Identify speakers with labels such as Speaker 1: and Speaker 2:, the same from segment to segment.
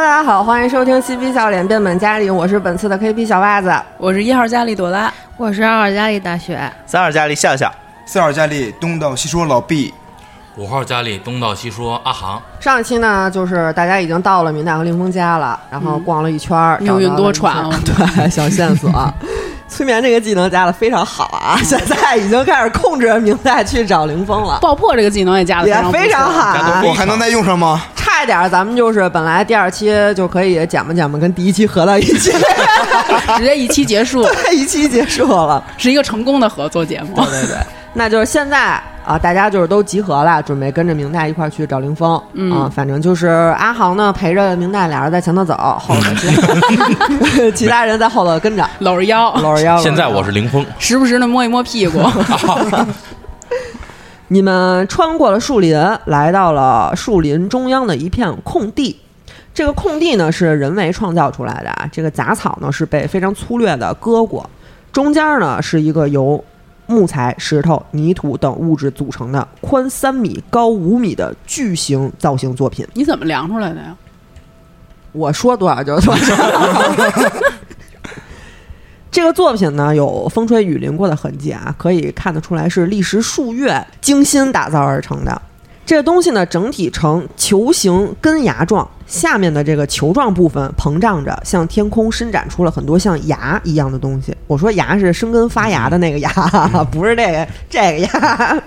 Speaker 1: 家好，欢迎收听嬉皮笑脸变本加厉，我是本次的 KP 小袜子。
Speaker 2: 我是一号佳丽朵拉，
Speaker 3: 我是二家里大雪，
Speaker 4: 三二佳里笑笑，
Speaker 5: 塞尔加利东到西说老毕，
Speaker 6: 五号家里东到西说阿航，
Speaker 1: 上一期呢，就是大家已经到了米娜和令风家了，然后逛了一圈儿，
Speaker 2: 嗯命运
Speaker 1: 找到
Speaker 2: 多
Speaker 1: 了一些
Speaker 2: 舛啊
Speaker 1: 对，小线索。催眠这个技能加的非常好 啊，现在已经开始控制明代去找凌风了，
Speaker 2: 爆破这个技能也加的
Speaker 1: 也非
Speaker 2: 非
Speaker 1: 常
Speaker 2: 常不
Speaker 1: 好
Speaker 2: 错
Speaker 1: 啊。
Speaker 5: 我还能再用上吗？
Speaker 1: 差一点儿，咱们就是本来第二期就可以讲吧讲吧，跟第一期合到一 起，
Speaker 2: 直接一期结束，
Speaker 1: 一期结束了。
Speaker 2: 是一个成功的合作节目。
Speaker 1: 对对，那就是现在啊，大家就是都集合了，准备跟着明代一块儿去找凌峰。
Speaker 2: 嗯
Speaker 1: 啊，反正就是阿航呢陪着明代，俩人在前头走，后头是其他人在后头跟着，
Speaker 2: 搂着腰，
Speaker 1: 搂着腰。
Speaker 6: 现在
Speaker 1: 搂着腰
Speaker 6: 我是凌风，
Speaker 2: 时不时的摸一摸屁股，
Speaker 1: 你们穿过了树林，来到了树林中央的一片空地。这个空地呢是人为创造出来的啊，这个杂草呢是被非常粗略的割过，中间呢是一个由木材、石头、泥土等物质组成的宽三米、高五米的巨型造型作品。
Speaker 2: 你怎么量出来的呀？
Speaker 1: 我说多少就多少。 这个作品呢，有风吹雨淋过的痕迹啊，可以看得出来是历时数月精心打造而成的。这个东西呢，整体呈球形根芽状，下面的这个球状部分膨胀着，向天空伸展出了很多像芽一样的东西。 我说芽是生根发 芽的那个芽，不是这个这个芽。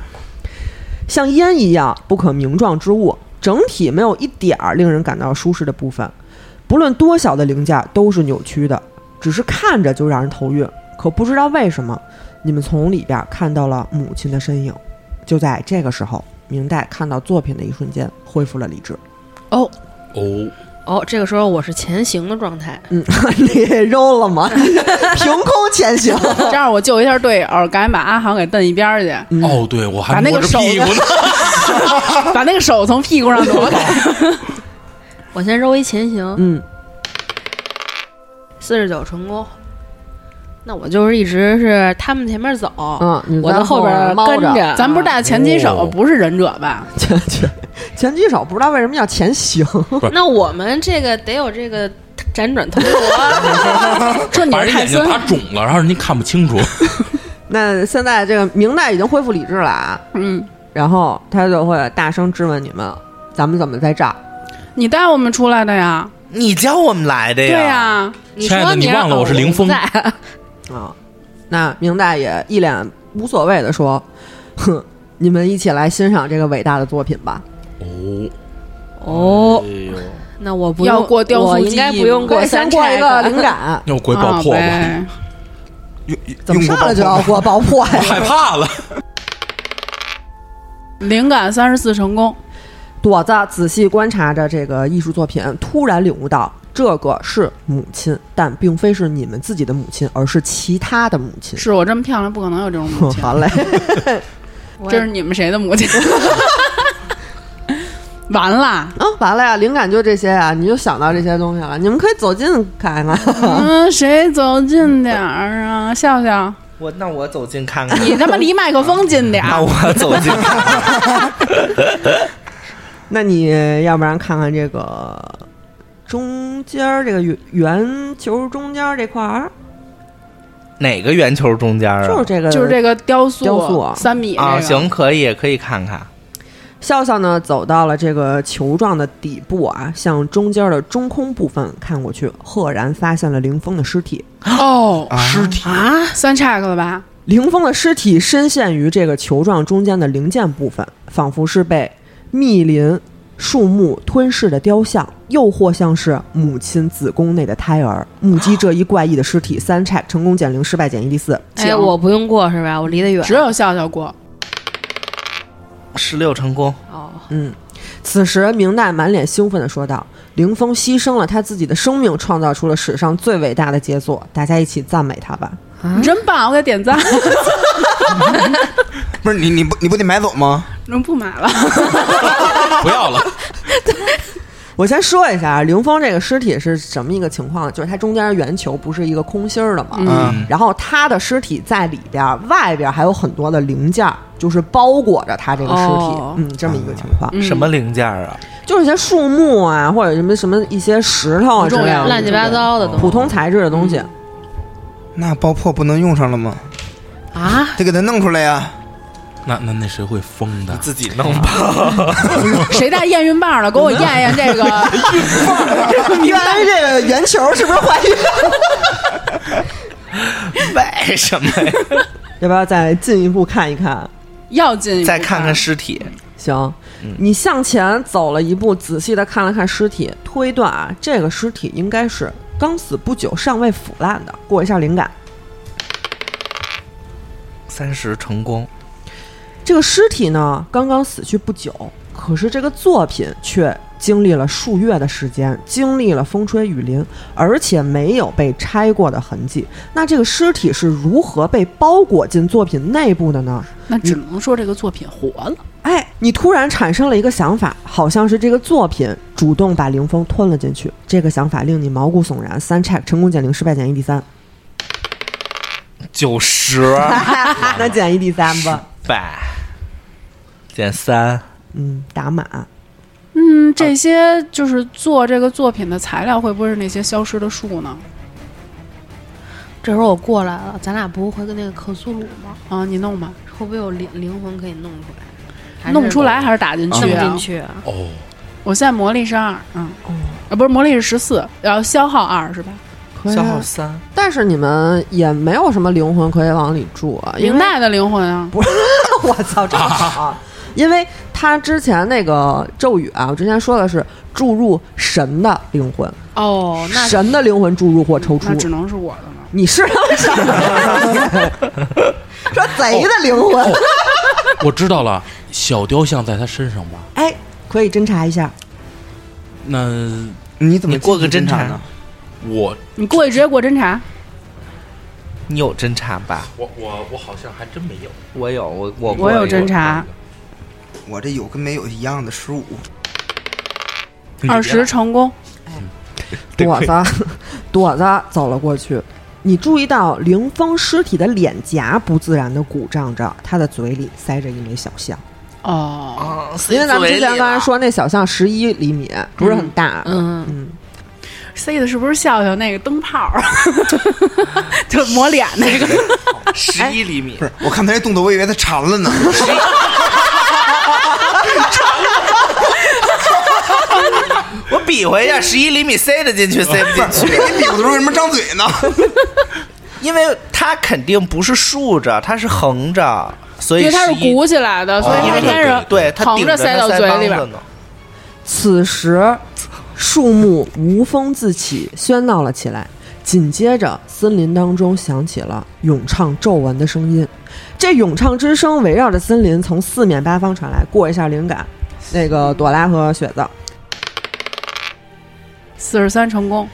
Speaker 1: 像烟一样不可名状之物，整体没有一点儿令人感到舒适的部分。不论多小的零件都是扭曲的，只是看着就让人头晕。可不知道为什么，你们从里边看到了母亲的身影。就在这个时候，明代看到作品的一瞬间恢复了理智。
Speaker 6: 哦，
Speaker 3: 哦，这个时候我是前行的状态，
Speaker 1: 嗯，你揉了吗？ 凭空前 行。
Speaker 3: 哦
Speaker 2: 这样我救一下队友，赶紧把阿航给蹬一边儿去，
Speaker 1: 嗯
Speaker 3: 嗯
Speaker 6: 哦，对，我
Speaker 2: 把
Speaker 6: 还
Speaker 2: 那个
Speaker 6: 摸着
Speaker 2: 手
Speaker 6: 屁股呢，
Speaker 2: 把那个手从屁股上挪开。
Speaker 3: 我先揉一前行，
Speaker 1: 嗯，
Speaker 3: 四十九成功。那我就是一直是他们前面走，
Speaker 1: 嗯，你
Speaker 3: 我
Speaker 1: 在
Speaker 3: 在后边
Speaker 1: 猫
Speaker 3: 跟着。啊
Speaker 2: 咱不是带拳击手，
Speaker 6: 哦
Speaker 2: 不是忍者吧？
Speaker 1: 前前前击手，不知道为什么要前行。
Speaker 3: 那我们这个得有这个辗转腾挪，
Speaker 2: 这你
Speaker 6: 把
Speaker 2: 是
Speaker 6: 人
Speaker 2: 泰
Speaker 6: 眼睛
Speaker 2: 森，
Speaker 6: 打肿了，然后人家看不清楚。
Speaker 1: 那现在这个明代已经恢复理智了啊，
Speaker 2: 嗯，
Speaker 1: 然后他就会大声质问你们：“咱们怎么在这儿？”
Speaker 2: 你带我们出来的呀？
Speaker 4: 你叫我们来的
Speaker 2: 对啊呀，
Speaker 3: 你
Speaker 6: 亲爱
Speaker 3: 说
Speaker 6: 的你
Speaker 3: 让
Speaker 6: 忘了我是凌风
Speaker 3: 不在
Speaker 1: 啊、那明代也一脸无所谓的说：“哼，你们一起来欣赏这个伟大的作品吧。
Speaker 6: 哦，
Speaker 3: 哦，
Speaker 6: 哎呦，
Speaker 3: 那我不
Speaker 2: 要
Speaker 3: 用
Speaker 2: 过雕塑
Speaker 3: 我
Speaker 2: 技
Speaker 3: 应该
Speaker 2: 艺
Speaker 3: 不用
Speaker 2: 吗
Speaker 1: 可
Speaker 3: 过
Speaker 1: 以先
Speaker 3: 三
Speaker 1: 过一
Speaker 3: check
Speaker 1: 个灵 感，
Speaker 6: 要鬼爆破
Speaker 2: 啊
Speaker 6: 吧，
Speaker 2: 呗
Speaker 5: 用
Speaker 1: 怎么
Speaker 5: 用
Speaker 1: 上
Speaker 5: 过爆
Speaker 1: 来就要
Speaker 5: 破吗？
Speaker 1: 过爆破
Speaker 6: 我
Speaker 1: 呀？
Speaker 6: 害怕 了。
Speaker 2: 灵感三十四成功，
Speaker 1: 朵子仔细观察着这个艺术作品，突然领悟到，这个是母亲，但并非是你们自己的母亲，而是其他的母 亲。
Speaker 2: 是我这么漂亮，不可能有这种 母亲。
Speaker 1: 好嘞，
Speaker 3: 我
Speaker 2: 这是你们谁的母亲？ 完了，
Speaker 1: 啊，完了呀，灵感就这些呀、你就想到这些东西了。你们可以走近看看。
Speaker 2: 嗯，谁走近点儿啊？笑笑，
Speaker 4: 我那我走近看看，
Speaker 2: 你他妈离麦克风近点
Speaker 4: 那
Speaker 2: 儿。
Speaker 4: 我走近看看，
Speaker 1: 那你要不然看看这个中间儿这个圆圆球中间儿这块儿，
Speaker 4: 哪个圆球中间啊？
Speaker 1: 就是这个，
Speaker 2: 就是这个呃雕塑，
Speaker 1: 雕塑
Speaker 2: 三米、这个、
Speaker 4: 啊，，行，可以，可以看看。
Speaker 1: 笑笑呢，走到了这个球状的底部啊，向中间的中空部分看过去，赫然发现了凌风的尸体。
Speaker 2: 哦
Speaker 4: 尸体
Speaker 2: 啊，三 check 了吧？
Speaker 1: 凌风的尸体深陷于这个球状中间的零件部分，仿佛是被密林、树木吞噬的雕像，又或像是母亲子宫内的胎儿。目击这一怪异的尸体，三 check 成功减零，失败减一，第四。
Speaker 3: 哎，我不用过是吧？我离得远。
Speaker 2: 只有笑笑过，
Speaker 4: 十六成功，
Speaker 3: 哦，
Speaker 1: 嗯，此时明代满脸兴奋地说道：“凌风牺牲了他自己的生命，创造出了史上最伟大的杰作，大家一起赞美他吧。
Speaker 2: 你真棒，我给点 赞。
Speaker 5: 不是你你不你不得买走吗？
Speaker 2: 能不买了？
Speaker 6: 不要了，
Speaker 1: 我先说一下啊，凌风这个尸体是什么一个情况？就是它中间圆球不是一个空心儿的嘛，
Speaker 5: 嗯
Speaker 1: 然后他的尸体在里边儿，外边儿还有很多的零件儿，就是包裹着他这个尸体，
Speaker 2: 哦
Speaker 1: 嗯，这么一个情况，
Speaker 2: 嗯
Speaker 4: 什么零件儿啊？
Speaker 1: 就是一些树木啊，或者什么什么一些石头啊之类
Speaker 2: 不重
Speaker 1: 的
Speaker 2: 要，
Speaker 3: 乱七八糟的东西
Speaker 1: 普通材质的东西。
Speaker 5: 那爆破不能用上了吗？
Speaker 3: 啊，
Speaker 5: 得给它弄出来呀！
Speaker 6: 那那那谁会疯的？
Speaker 4: 自己弄吧。
Speaker 2: 谁带验孕棒了？给我验验这 个
Speaker 1: 原来这个圆球是不是怀孕？
Speaker 4: 为什么呀？
Speaker 1: 要不要再进一步看一看？
Speaker 2: 要进一步
Speaker 4: 再看看尸体，
Speaker 1: 行，你向前走了一步，仔细的看了看尸体，推断啊，这个尸体应该是刚死不久、尚未腐烂的。过一下灵感，
Speaker 4: 三十成功。
Speaker 1: 这个尸体呢，刚刚死去不久，可是这个作品却经历了数月的时间，经历了风吹雨淋，而且没有被拆过的痕迹。那这个尸体是如何被包裹进作品内部的呢？
Speaker 2: 那只能说这个作品活了。
Speaker 1: 哎，你突然产生了一个想法，好像是这个作品主动把凌风吞了进去。这个想法令你毛骨悚然。三 check 成功减零，失败减一 d 三。
Speaker 4: 九十
Speaker 1: 那减一 d 三吧。
Speaker 4: 百减三，
Speaker 1: 嗯，打满。
Speaker 2: 嗯，这些就是做这个作品的材料，会不会是那些消失的树呢？
Speaker 3: 这时候我过来了，咱俩不会跟那个克苏鲁吗？
Speaker 2: 啊，你弄吧，
Speaker 3: 会不会有灵灵魂可以弄出来？还是
Speaker 2: 弄出来还是打进
Speaker 3: 弄
Speaker 2: 去啊？
Speaker 3: 进去啊？
Speaker 6: 哦，
Speaker 2: 我现在魔力是二，嗯，啊，不是魔力是十四，然后消耗二是吧？
Speaker 1: 可
Speaker 4: 消耗三，
Speaker 1: 但是你们也没有什么灵魂可以往里住啊，因
Speaker 2: 明
Speaker 1: 为
Speaker 2: 代的灵魂啊，
Speaker 1: 我操，这么好、啊！ 因为他之前那个咒语啊，我之前说的是注入神的灵魂，
Speaker 3: 哦，那
Speaker 1: 神的灵魂注入或抽出
Speaker 2: 那。只能是我的了。
Speaker 1: 你是什么？说贼的灵魂？
Speaker 6: 我知道了，小雕像在他身上吧？
Speaker 1: 哎，可以侦查一下。
Speaker 6: 那
Speaker 5: 你怎么
Speaker 4: 你过个
Speaker 5: 进
Speaker 4: 侦
Speaker 5: 去
Speaker 4: 查
Speaker 5: 呢？？
Speaker 6: 我
Speaker 2: 你过去直接过侦查，
Speaker 4: 你有侦查吧？
Speaker 6: 我我我好像还真没有，
Speaker 4: 我有，我我
Speaker 2: 我有侦查，
Speaker 5: 我这有跟没有一样的失误。
Speaker 2: 二十成功，
Speaker 1: 朵子， 朵子走了过去。你注意到凌风尸体的脸颊不自然的鼓胀着，他的嘴里塞着一枚小象。
Speaker 2: 哦，
Speaker 4: 啊，
Speaker 1: 因为咱们之前刚才
Speaker 4: 说
Speaker 1: 说那小象十一厘米，不是很大。
Speaker 3: 嗯，
Speaker 1: 嗯，
Speaker 2: 塞的是不是笑笑那个灯泡儿，就抹脸那个？
Speaker 4: 十一厘米
Speaker 5: 不，是，我看他这动作，我以为他馋了呢。
Speaker 4: 我比划一下，十一厘米塞得进去，塞不 进去，
Speaker 5: 你比划的时候为什么张嘴呢？
Speaker 4: 因为它肯定不是竖着，它是横着，所
Speaker 2: 因
Speaker 4: 以
Speaker 2: 为它是
Speaker 4: 11
Speaker 2: 鼓起来的，所以
Speaker 4: 因
Speaker 2: 它
Speaker 4: 为
Speaker 2: 应该是
Speaker 4: 对它
Speaker 2: 横
Speaker 4: 顶
Speaker 2: 着塞到嘴里边
Speaker 4: 腮帮
Speaker 2: 儿
Speaker 4: 子。呢
Speaker 1: 此时，树木无风自起，喧闹了起来。紧接着，森林当中响起了咏唱皱纹的声音。这咏唱之声围绕着森林，从四面八方传来。过一下灵感，那个朵拉和雪子，
Speaker 2: 四十三成功，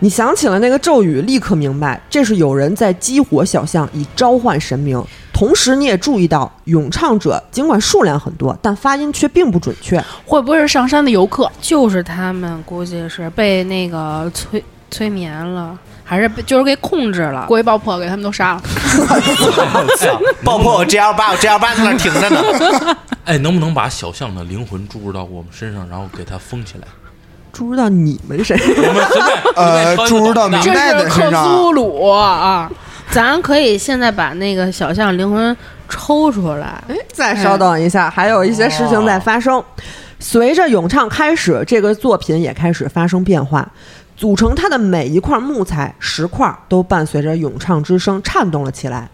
Speaker 1: 你想起了那个咒语，立刻明白这是有人在激活小象以召唤神明。同时，你也注意到咏唱者尽管数量很多，但发音却并不准确。
Speaker 2: 会不会是上山的游客？
Speaker 3: 就是他们估计是被那个催催眠了，还是被就是给控制了。
Speaker 2: 过一爆破给他们都杀了。
Speaker 4: 我操爆破！我 G L 八，我 G L 八在那儿停着 呢。
Speaker 6: 哎，能不能把小象的灵魂注入到我们身上，然后给它封起来？
Speaker 1: 注入到你们身上。
Speaker 6: 我们随便
Speaker 5: 呃注入到明
Speaker 2: 这
Speaker 5: 代
Speaker 2: 是
Speaker 5: 的
Speaker 2: 克
Speaker 5: 身上
Speaker 2: 苏鲁啊！
Speaker 3: 咱可以现在把那个小象灵魂抽出来，
Speaker 1: 再稍等一下，还有一些事情在发生。随着咏唱开始，这个作品也开始发生变化，组成它的每一块木材、石块都伴随着咏唱之声颤动了起来。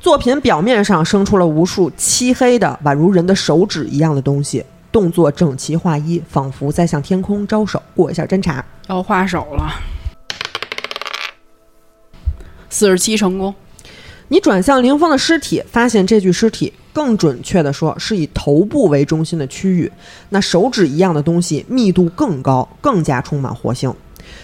Speaker 1: 作品表面上生出了无数漆黑的，宛如人的手指一样的东西，动作整齐划一，仿佛在向天空招手。过一下侦查，
Speaker 2: 要画手了，四十七成功，
Speaker 1: 你转向凌风的尸体，发现这具尸体更准确的说是以头部为中心的区域，那手指一样的东西密度更高，更加充满活性，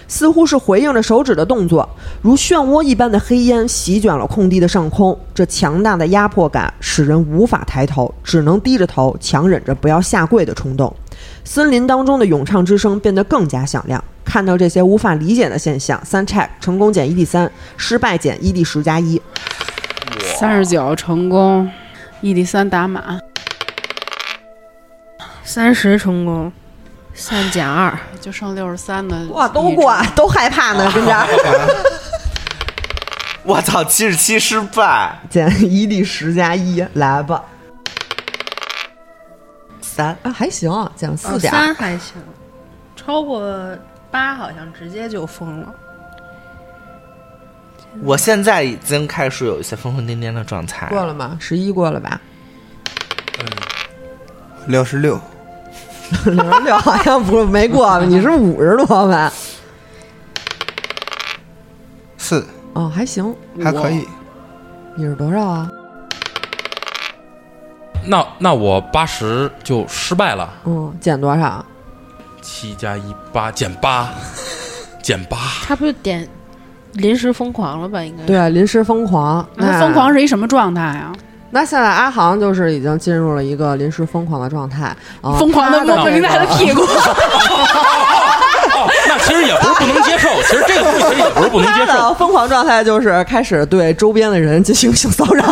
Speaker 1: 似乎是回应着手指的动作，如漩涡一般的黑烟席卷了空地的上空。这强大的压迫感使人无法抬头，只能低着头强忍着不要下跪的冲动。森林当中的咏唱之声变得更加响亮。看到这些无法理解的现象，三 check 成功减一 d 三，失败减一 d 十加一。
Speaker 2: 三十九成功，一 d 三打满，
Speaker 3: 三十成功，三减二，
Speaker 2: 就剩六十三的。哎
Speaker 1: 哇，都过，都害怕呢，跟这 儿
Speaker 4: 我操，七十七失败，
Speaker 1: 减一 d 十加一，来吧。三啊，还行，减了
Speaker 2: 哦
Speaker 1: 四点儿。
Speaker 3: 三还行，超过八好像直接就疯了。
Speaker 4: 我现在已经开始有一些疯疯癫癫的状态。
Speaker 1: 过了吗？十一过了 吧？
Speaker 5: 六十六，
Speaker 1: 零十六好像哎不是没过，你是五十多吧？
Speaker 5: 四
Speaker 1: 哦，还行。
Speaker 5: 还可以。
Speaker 1: 你是多少啊？
Speaker 6: 那那我八十就失败了，
Speaker 1: 嗯，减多少？
Speaker 6: 七加一八减八，减八。
Speaker 3: 他不就点临时疯狂了吧？应该是，
Speaker 1: 对，临时疯狂。
Speaker 2: 那
Speaker 1: 那
Speaker 2: 疯狂是一什么状态啊？
Speaker 1: 那现在阿航就是已经进入了一个临时疯狂的状态，啊
Speaker 2: 疯狂地
Speaker 1: 他
Speaker 2: 摸莫名
Speaker 1: 这
Speaker 2: 的
Speaker 1: 个
Speaker 2: 屁股，
Speaker 6: 哦，那其实也不是不能接 受，其实这个东西也不是不能接
Speaker 1: 他
Speaker 6: 受。
Speaker 1: 的疯狂状态就是开始对周边的人进行性骚扰，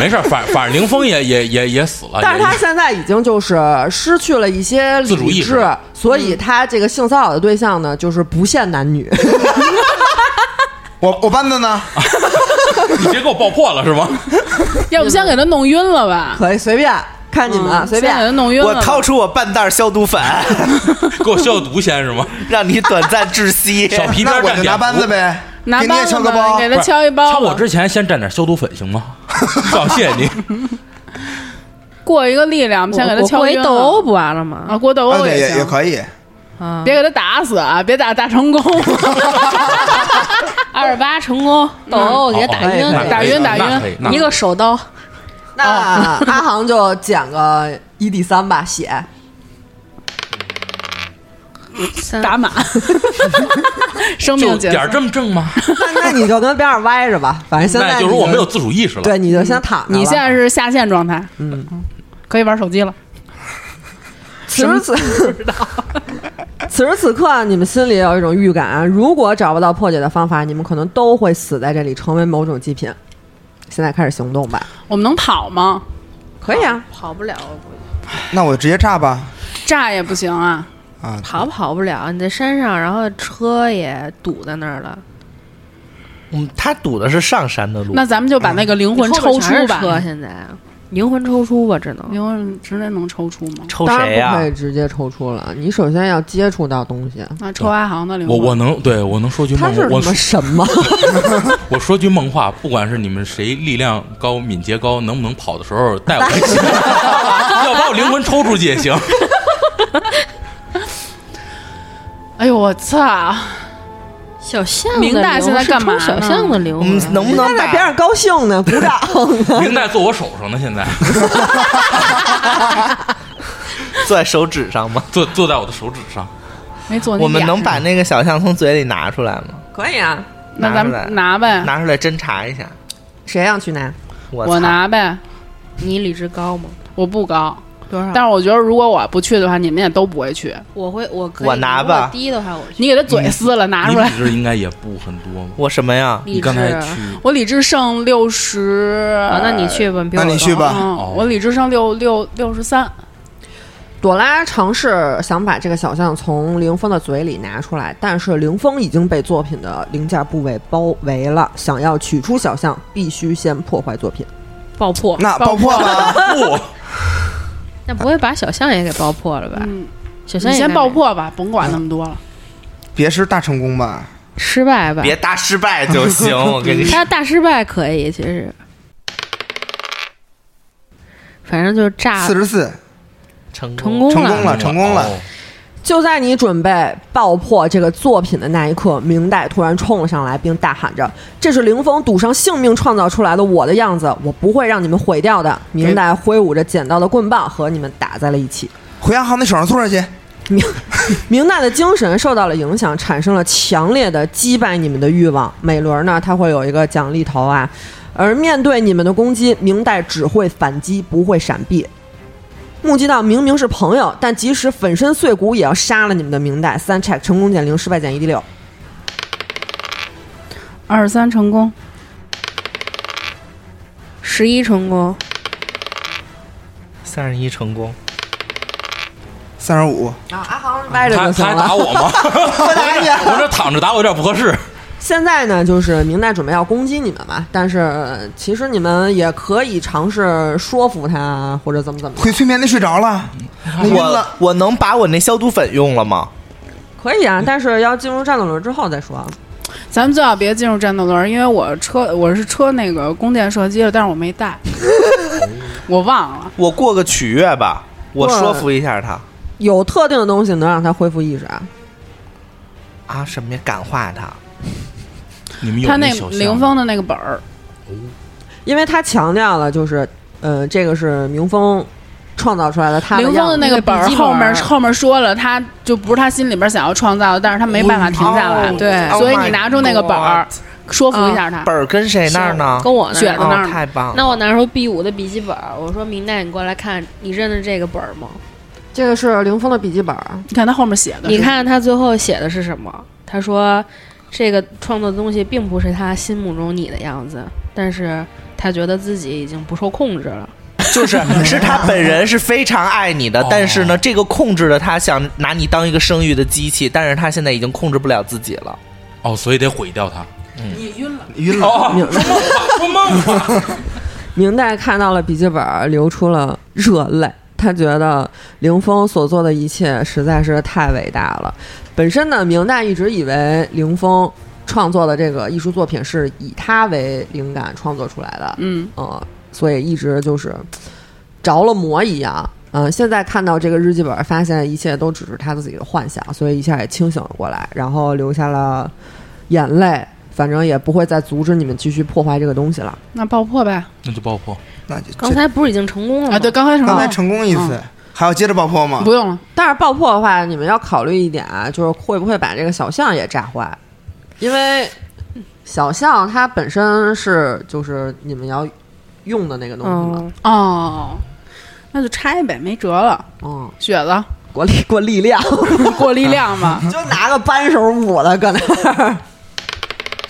Speaker 6: 没事儿，反反正林峰也也也也死了。
Speaker 1: 但是
Speaker 6: 也
Speaker 1: 他现在已经就是失去了一些
Speaker 6: 自主
Speaker 1: 理
Speaker 6: 意识
Speaker 1: 智，所以
Speaker 2: 嗯
Speaker 1: 他这个性骚扰的对象呢，就是不限男女。
Speaker 5: 我我班的呢？
Speaker 6: 你 直接给我爆破了是吗？
Speaker 2: 要不先给他弄晕了吧？
Speaker 1: 可以随便看你们啊，
Speaker 2: 嗯
Speaker 1: 随
Speaker 2: 先给他
Speaker 1: 便。
Speaker 2: 弄晕了
Speaker 4: 我
Speaker 2: 吧。
Speaker 4: 掏出我半袋消毒粉，
Speaker 6: 给我消毒先是吗？
Speaker 4: 让你短暂窒息。
Speaker 6: 小皮鞭
Speaker 5: 那
Speaker 6: 蘸
Speaker 5: 我就
Speaker 6: 点
Speaker 5: 拿班子呗，
Speaker 2: 拿
Speaker 5: 给你
Speaker 2: 包
Speaker 5: 也敲个包
Speaker 2: 给。他敲一包啊
Speaker 6: 敲
Speaker 2: 子。
Speaker 6: 我之前先蘸点消毒粉行吗？ 好，谢谢您。
Speaker 2: 过一个力量，先给他
Speaker 3: 我
Speaker 2: 敲
Speaker 3: 过
Speaker 2: 晕
Speaker 3: 一哦
Speaker 2: 了
Speaker 3: 斗殴不完了吗？
Speaker 2: 啊，过斗
Speaker 5: 啊，
Speaker 2: 殴
Speaker 5: 对，也也
Speaker 2: 行，
Speaker 5: 可以。
Speaker 3: 啊，
Speaker 2: 别给他打死啊，别打打成功，
Speaker 3: 二十八成功，斗
Speaker 2: 嗯
Speaker 3: 殴给他打晕
Speaker 1: 哦哦
Speaker 3: 了，
Speaker 2: 打晕打晕
Speaker 6: 那可以那可以
Speaker 3: 一个手刀，
Speaker 1: 那
Speaker 2: 哦
Speaker 1: 阿航就减个一 d 三吧，血。
Speaker 3: 三
Speaker 2: 打满， 生
Speaker 6: 就
Speaker 2: 命结
Speaker 6: 点儿
Speaker 2: 束。
Speaker 6: 这么正吗？
Speaker 1: 那那你就跟边上歪着吧，反正现在
Speaker 6: 那就是
Speaker 1: 你
Speaker 6: 我没有自主意识了。
Speaker 1: 对，你就先躺着吧。
Speaker 2: 嗯你现在是下线状态，嗯，可以玩手机了。
Speaker 1: 此时此 此时此刻，你们心里有一种预感、啊，如果找不到破解的方法，你们可能都会死在这里，成为某种祭品。现在开始行动吧，
Speaker 2: 我们能跑吗？
Speaker 1: 可以啊，
Speaker 3: 跑不了，我估计
Speaker 5: 那我直接炸吧。
Speaker 2: 炸也不行啊，
Speaker 5: 啊，
Speaker 3: 跑跑不了。你在山上，然后车也堵在那儿了，
Speaker 4: 嗯，他堵的是上山的路。
Speaker 2: 那咱们就把那个灵魂
Speaker 3: 嗯
Speaker 2: 抽
Speaker 3: 后边全
Speaker 2: 出
Speaker 3: 是
Speaker 2: 吧。
Speaker 3: 车现在灵魂抽出吧，只能
Speaker 2: 灵魂直接能抽出吗？
Speaker 4: 抽
Speaker 1: 当
Speaker 4: 谁
Speaker 1: 然
Speaker 4: 呀、
Speaker 1: 不可以直接抽出了，你首先要接触到东西。
Speaker 2: 那抽阿航的灵
Speaker 6: 我
Speaker 2: 魂，
Speaker 6: 我能对我能说句
Speaker 1: 它
Speaker 6: 梦
Speaker 1: 是
Speaker 6: 我
Speaker 1: 什么什 么？
Speaker 6: 我说句梦话，不管是你们谁力量高、敏捷高，能不能跑的时候带我一起，要把我灵魂抽出去也行。
Speaker 2: 哎呦我操！
Speaker 3: 小巷子
Speaker 2: 明大
Speaker 3: 灵
Speaker 2: 现在
Speaker 3: 是
Speaker 2: 干嘛
Speaker 3: 抽小
Speaker 2: 呢
Speaker 3: 巷的灵
Speaker 4: 我
Speaker 3: 魂
Speaker 4: 们，能不能
Speaker 1: 他在
Speaker 4: 把
Speaker 1: 边上高兴呢，鼓 掌。
Speaker 6: 明代坐我手上呢，现在
Speaker 4: 坐在手指上吗？
Speaker 6: 坐坐在我的手指上。
Speaker 2: 没做那
Speaker 4: 我们
Speaker 2: 眼
Speaker 4: 能把那个小象从嘴里拿出来吗？
Speaker 1: 可以啊，
Speaker 2: 那咱们拿呗，
Speaker 4: 拿出来侦查一下。
Speaker 1: 谁让去拿？
Speaker 4: 我
Speaker 2: 啊我
Speaker 4: 操，
Speaker 2: 拿呗，
Speaker 3: 你理智高吗？
Speaker 2: 我不高，
Speaker 3: 多少？
Speaker 2: 但是我觉得如果我不去的话，你们也都不会去。
Speaker 3: 我会，我可以
Speaker 4: 我拿吧
Speaker 3: 如果低的话，我去
Speaker 2: 你给他嘴撕了，拿
Speaker 6: 你
Speaker 2: 出来
Speaker 6: 理。智应该也不很多嘛。
Speaker 4: 我什么呀？
Speaker 3: 理智。
Speaker 6: 你刚才去，
Speaker 2: 我理智剩六十、
Speaker 3: 啊，那你去吧，比我
Speaker 5: 那
Speaker 3: 高
Speaker 5: 你去吧
Speaker 2: 嗯，
Speaker 6: 哦
Speaker 2: 我理智剩六六六十三，
Speaker 1: 朵拉尝试想把这个小象从凌风的嘴里拿出来，但是凌风已经被作品的零件部位包围了。想要取出小象，必须先破坏作品。
Speaker 3: 爆破，
Speaker 5: 那爆破了，
Speaker 6: 不，
Speaker 3: 那不会把小象也给爆破了吧？
Speaker 2: 嗯，
Speaker 3: 小
Speaker 2: 你
Speaker 3: 象也
Speaker 2: 先
Speaker 3: 该
Speaker 2: 爆
Speaker 3: 没
Speaker 2: 破吧，甭管那么多了。
Speaker 5: 别是大成功吧？
Speaker 3: 失败吧？
Speaker 4: 别大失败就行。我 跟你说，
Speaker 3: 他大失败可以，其实，反正就是炸
Speaker 5: 四十四，
Speaker 4: 成
Speaker 3: 成功
Speaker 5: 成
Speaker 3: 了
Speaker 5: 功。了，成功了。
Speaker 6: 哦
Speaker 1: 就在你准备爆破这个作品的那一刻，明代突然冲了上来，并大喊着：“这是凌风赌上性命创造出来的我的样子，我不会让你们毁掉的！”明代挥舞着捡到的棍棒和你们打在了一起。
Speaker 5: 回阿航那手上坐上去。
Speaker 1: 明代的精神受到了影响，产生了强烈的击败你们的欲望。每轮呢，他会有一个奖励头啊，而面对你们的攻击，明代只会反击，不会闪避。目击到明明是朋友，但即使粉身碎骨也要杀了你们的明代。三 check 成功减零，失败减一 d 六。
Speaker 2: 二十三成功，
Speaker 3: 十一成功，
Speaker 4: 三十一成功，
Speaker 5: 三十五，
Speaker 1: 啊，阿豪掰着
Speaker 6: 他
Speaker 1: 就行
Speaker 6: 他还打
Speaker 1: 了。
Speaker 6: 我吗？
Speaker 5: 我打你。
Speaker 6: 我这躺着打我有点不合适。
Speaker 1: 现在呢，就是明代准备要攻击你们嘛，但是其实你们也可以尝试说服他，或者怎么怎么，
Speaker 5: 会催眠的睡着了，那晕
Speaker 4: 我
Speaker 5: 了。
Speaker 4: 我能把我那消毒粉用了吗？
Speaker 1: 可以啊。但是要进入战斗轮之后再说。啊
Speaker 2: 咱们最好别进入战斗轮，因为我车我是车那个弓箭射击了，但是我没带，我忘了。
Speaker 4: 我过个取悦吧，我
Speaker 1: 过
Speaker 4: 说服一下他
Speaker 1: 有特定的东西能让他恢复意识啊。
Speaker 4: 啊，什么呀？感化他。
Speaker 6: 你们有
Speaker 2: 他那
Speaker 6: 小箱
Speaker 2: 凌风的那个本儿，
Speaker 1: 因为他强调了，就是呃，这个是明峰创造出来的，他
Speaker 2: 凌
Speaker 1: 样
Speaker 2: 风的
Speaker 1: 子
Speaker 2: 那个本儿
Speaker 1: 笔记
Speaker 2: 后面
Speaker 1: 本儿
Speaker 2: 后面说了，他就不是他心里边想要创造的，但是他没办法停下来，
Speaker 4: 哦
Speaker 3: 对
Speaker 4: Oh
Speaker 2: 所以
Speaker 4: my
Speaker 2: 你拿出那个本儿
Speaker 4: God 嗯
Speaker 2: 说服一下他。
Speaker 4: 本儿跟谁哎那儿呢？
Speaker 3: 跟我那儿啊
Speaker 2: 选的那儿
Speaker 4: 哦太棒了！
Speaker 3: 那我拿出 B 五的笔记本儿，我说明代，你过来看，你认得这个本儿吗？
Speaker 1: 这个是凌峰的笔记本儿，
Speaker 2: 你看他后面写的，
Speaker 3: 你，看他最后写的是什么？他说，这个创作的东西并不是他心目中你的样子，但是他觉得自己已经不受控制了。
Speaker 4: 就是是他本人是非常爱你的
Speaker 6: 哦，
Speaker 4: 但是呢，这个控制了他想拿你当一个生育的机器，但是他现在已经控制不了自己了。
Speaker 6: 哦，所以得毁掉它。
Speaker 2: 你晕了，
Speaker 5: 晕了，
Speaker 6: 哦，说梦话，说梦话。
Speaker 1: 明代看到了笔记本儿，流出了热泪。他觉得凌峰所做的一切实在是太伟大了。本身呢，明代一直以为凌峰创作的这个艺术作品是以他为灵感创作出来的，
Speaker 2: 嗯，
Speaker 1: 嗯，所以一直就是着了魔一样。嗯，现在看到这个日记本，发现一切都只是他自己的幻想，所以一下也清醒了过来，然后流下了眼泪。反正也不会再阻止你们继续破坏这个东西了。
Speaker 2: 那爆破呗
Speaker 6: 那就爆破。
Speaker 5: 那就
Speaker 3: 刚才不是已经成功了吗？嗯
Speaker 2: 啊！对，，刚开始
Speaker 5: 刚才成功一次，还要接着爆破吗？
Speaker 2: 不用了，
Speaker 1: 但是爆破的话，你们要考虑一点啊，就是会不会把这个小象也炸坏，因为小象它本身是就是你们要用的那个东西嘛。
Speaker 3: 嗯，
Speaker 2: 哦，那就拆呗，没辙了。
Speaker 1: 嗯，
Speaker 2: 雪子，
Speaker 1: 过力过力量，
Speaker 2: 过力量吧。
Speaker 1: 就拿个扳手捂的搁那儿。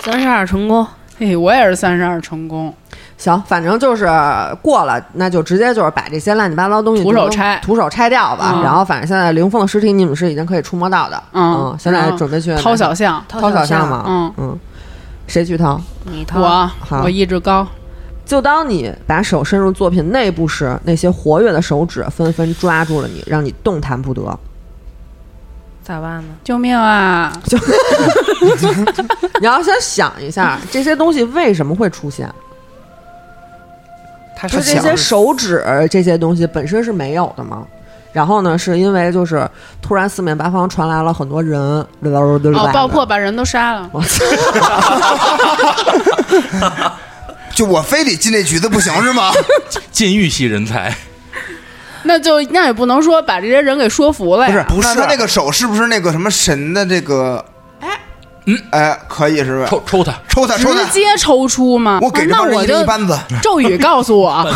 Speaker 3: 三十二成功。
Speaker 2: 嘿，我也是三十二成功，
Speaker 1: 行，反正就是过了，那就直接就是把这些乱七八糟东西
Speaker 2: 徒手
Speaker 1: 就都
Speaker 2: 拆
Speaker 1: 徒手拆掉吧。
Speaker 2: 嗯
Speaker 1: 然后反正现在灵凤的尸体你们是已经可以触摸到的，
Speaker 2: 嗯
Speaker 1: 现在
Speaker 2: 然后
Speaker 1: 准备去
Speaker 2: 掏小象，
Speaker 1: 掏小象嘛，
Speaker 2: 嗯
Speaker 1: 嗯，谁去掏？
Speaker 3: 你掏
Speaker 2: 我
Speaker 1: 好
Speaker 2: 我意志高，
Speaker 1: 就当你把手伸入作品内部时，那些活跃的手指纷纷抓住了你，让你动弹不得。
Speaker 3: 咋办呢？
Speaker 2: 救命啊！
Speaker 1: 你要先想一下，这些东西为什么会出现？
Speaker 4: 他
Speaker 1: 就是这
Speaker 4: 想
Speaker 1: 些手指这些东西本身是没有的吗？然后呢，是因为就是突然四面八方传来了很多人，
Speaker 2: 哦，爆破把人都杀了，
Speaker 1: 我操！
Speaker 5: 就我非得进这局子不行 是吗？
Speaker 6: 禁欲系人才，
Speaker 2: 那就那也不能说把这些人给说服了
Speaker 5: 不是
Speaker 2: 呀。，
Speaker 4: 不
Speaker 5: 那
Speaker 4: 是
Speaker 5: 他那个手是不是那个什么神的这个？哎，
Speaker 6: 嗯
Speaker 5: 哎，可以是不是？
Speaker 6: 抽抽他。
Speaker 5: 抽他，抽
Speaker 2: 直
Speaker 5: 他！
Speaker 2: 接抽出吗？
Speaker 5: 我给这
Speaker 2: 啊
Speaker 5: 帮
Speaker 2: 那
Speaker 5: 人
Speaker 2: 我
Speaker 5: 一人一
Speaker 2: 就
Speaker 5: 扳子，
Speaker 2: 咒语告诉我，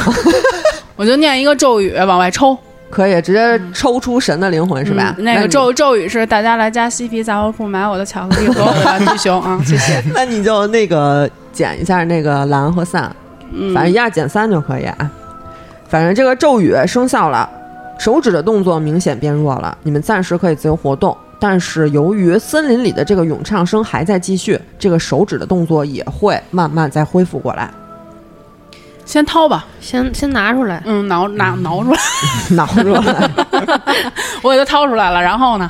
Speaker 2: 我就念一个咒语往外抽。
Speaker 1: 可以直接抽出神的灵魂是吧？
Speaker 2: 嗯那个
Speaker 1: 你
Speaker 2: 咒咒语是大家来家西皮杂货铺买我的巧克力和我的巨熊啊，谢谢。
Speaker 1: 那你就那个减一下那个蓝和散，
Speaker 2: 嗯
Speaker 1: 反正一下减三就可以啊。反正这个咒语生效了，手指的动作明显变弱了，你们暂时可以自由活动。但是由于森林里的这个咏唱声还在继续，这个手指的动作也会慢慢再恢复过来。
Speaker 2: 先掏吧，
Speaker 3: 先先拿出来，
Speaker 2: 嗯，挠拿挠出来，
Speaker 1: 脑热了，
Speaker 2: 我给它掏出来了。然后呢，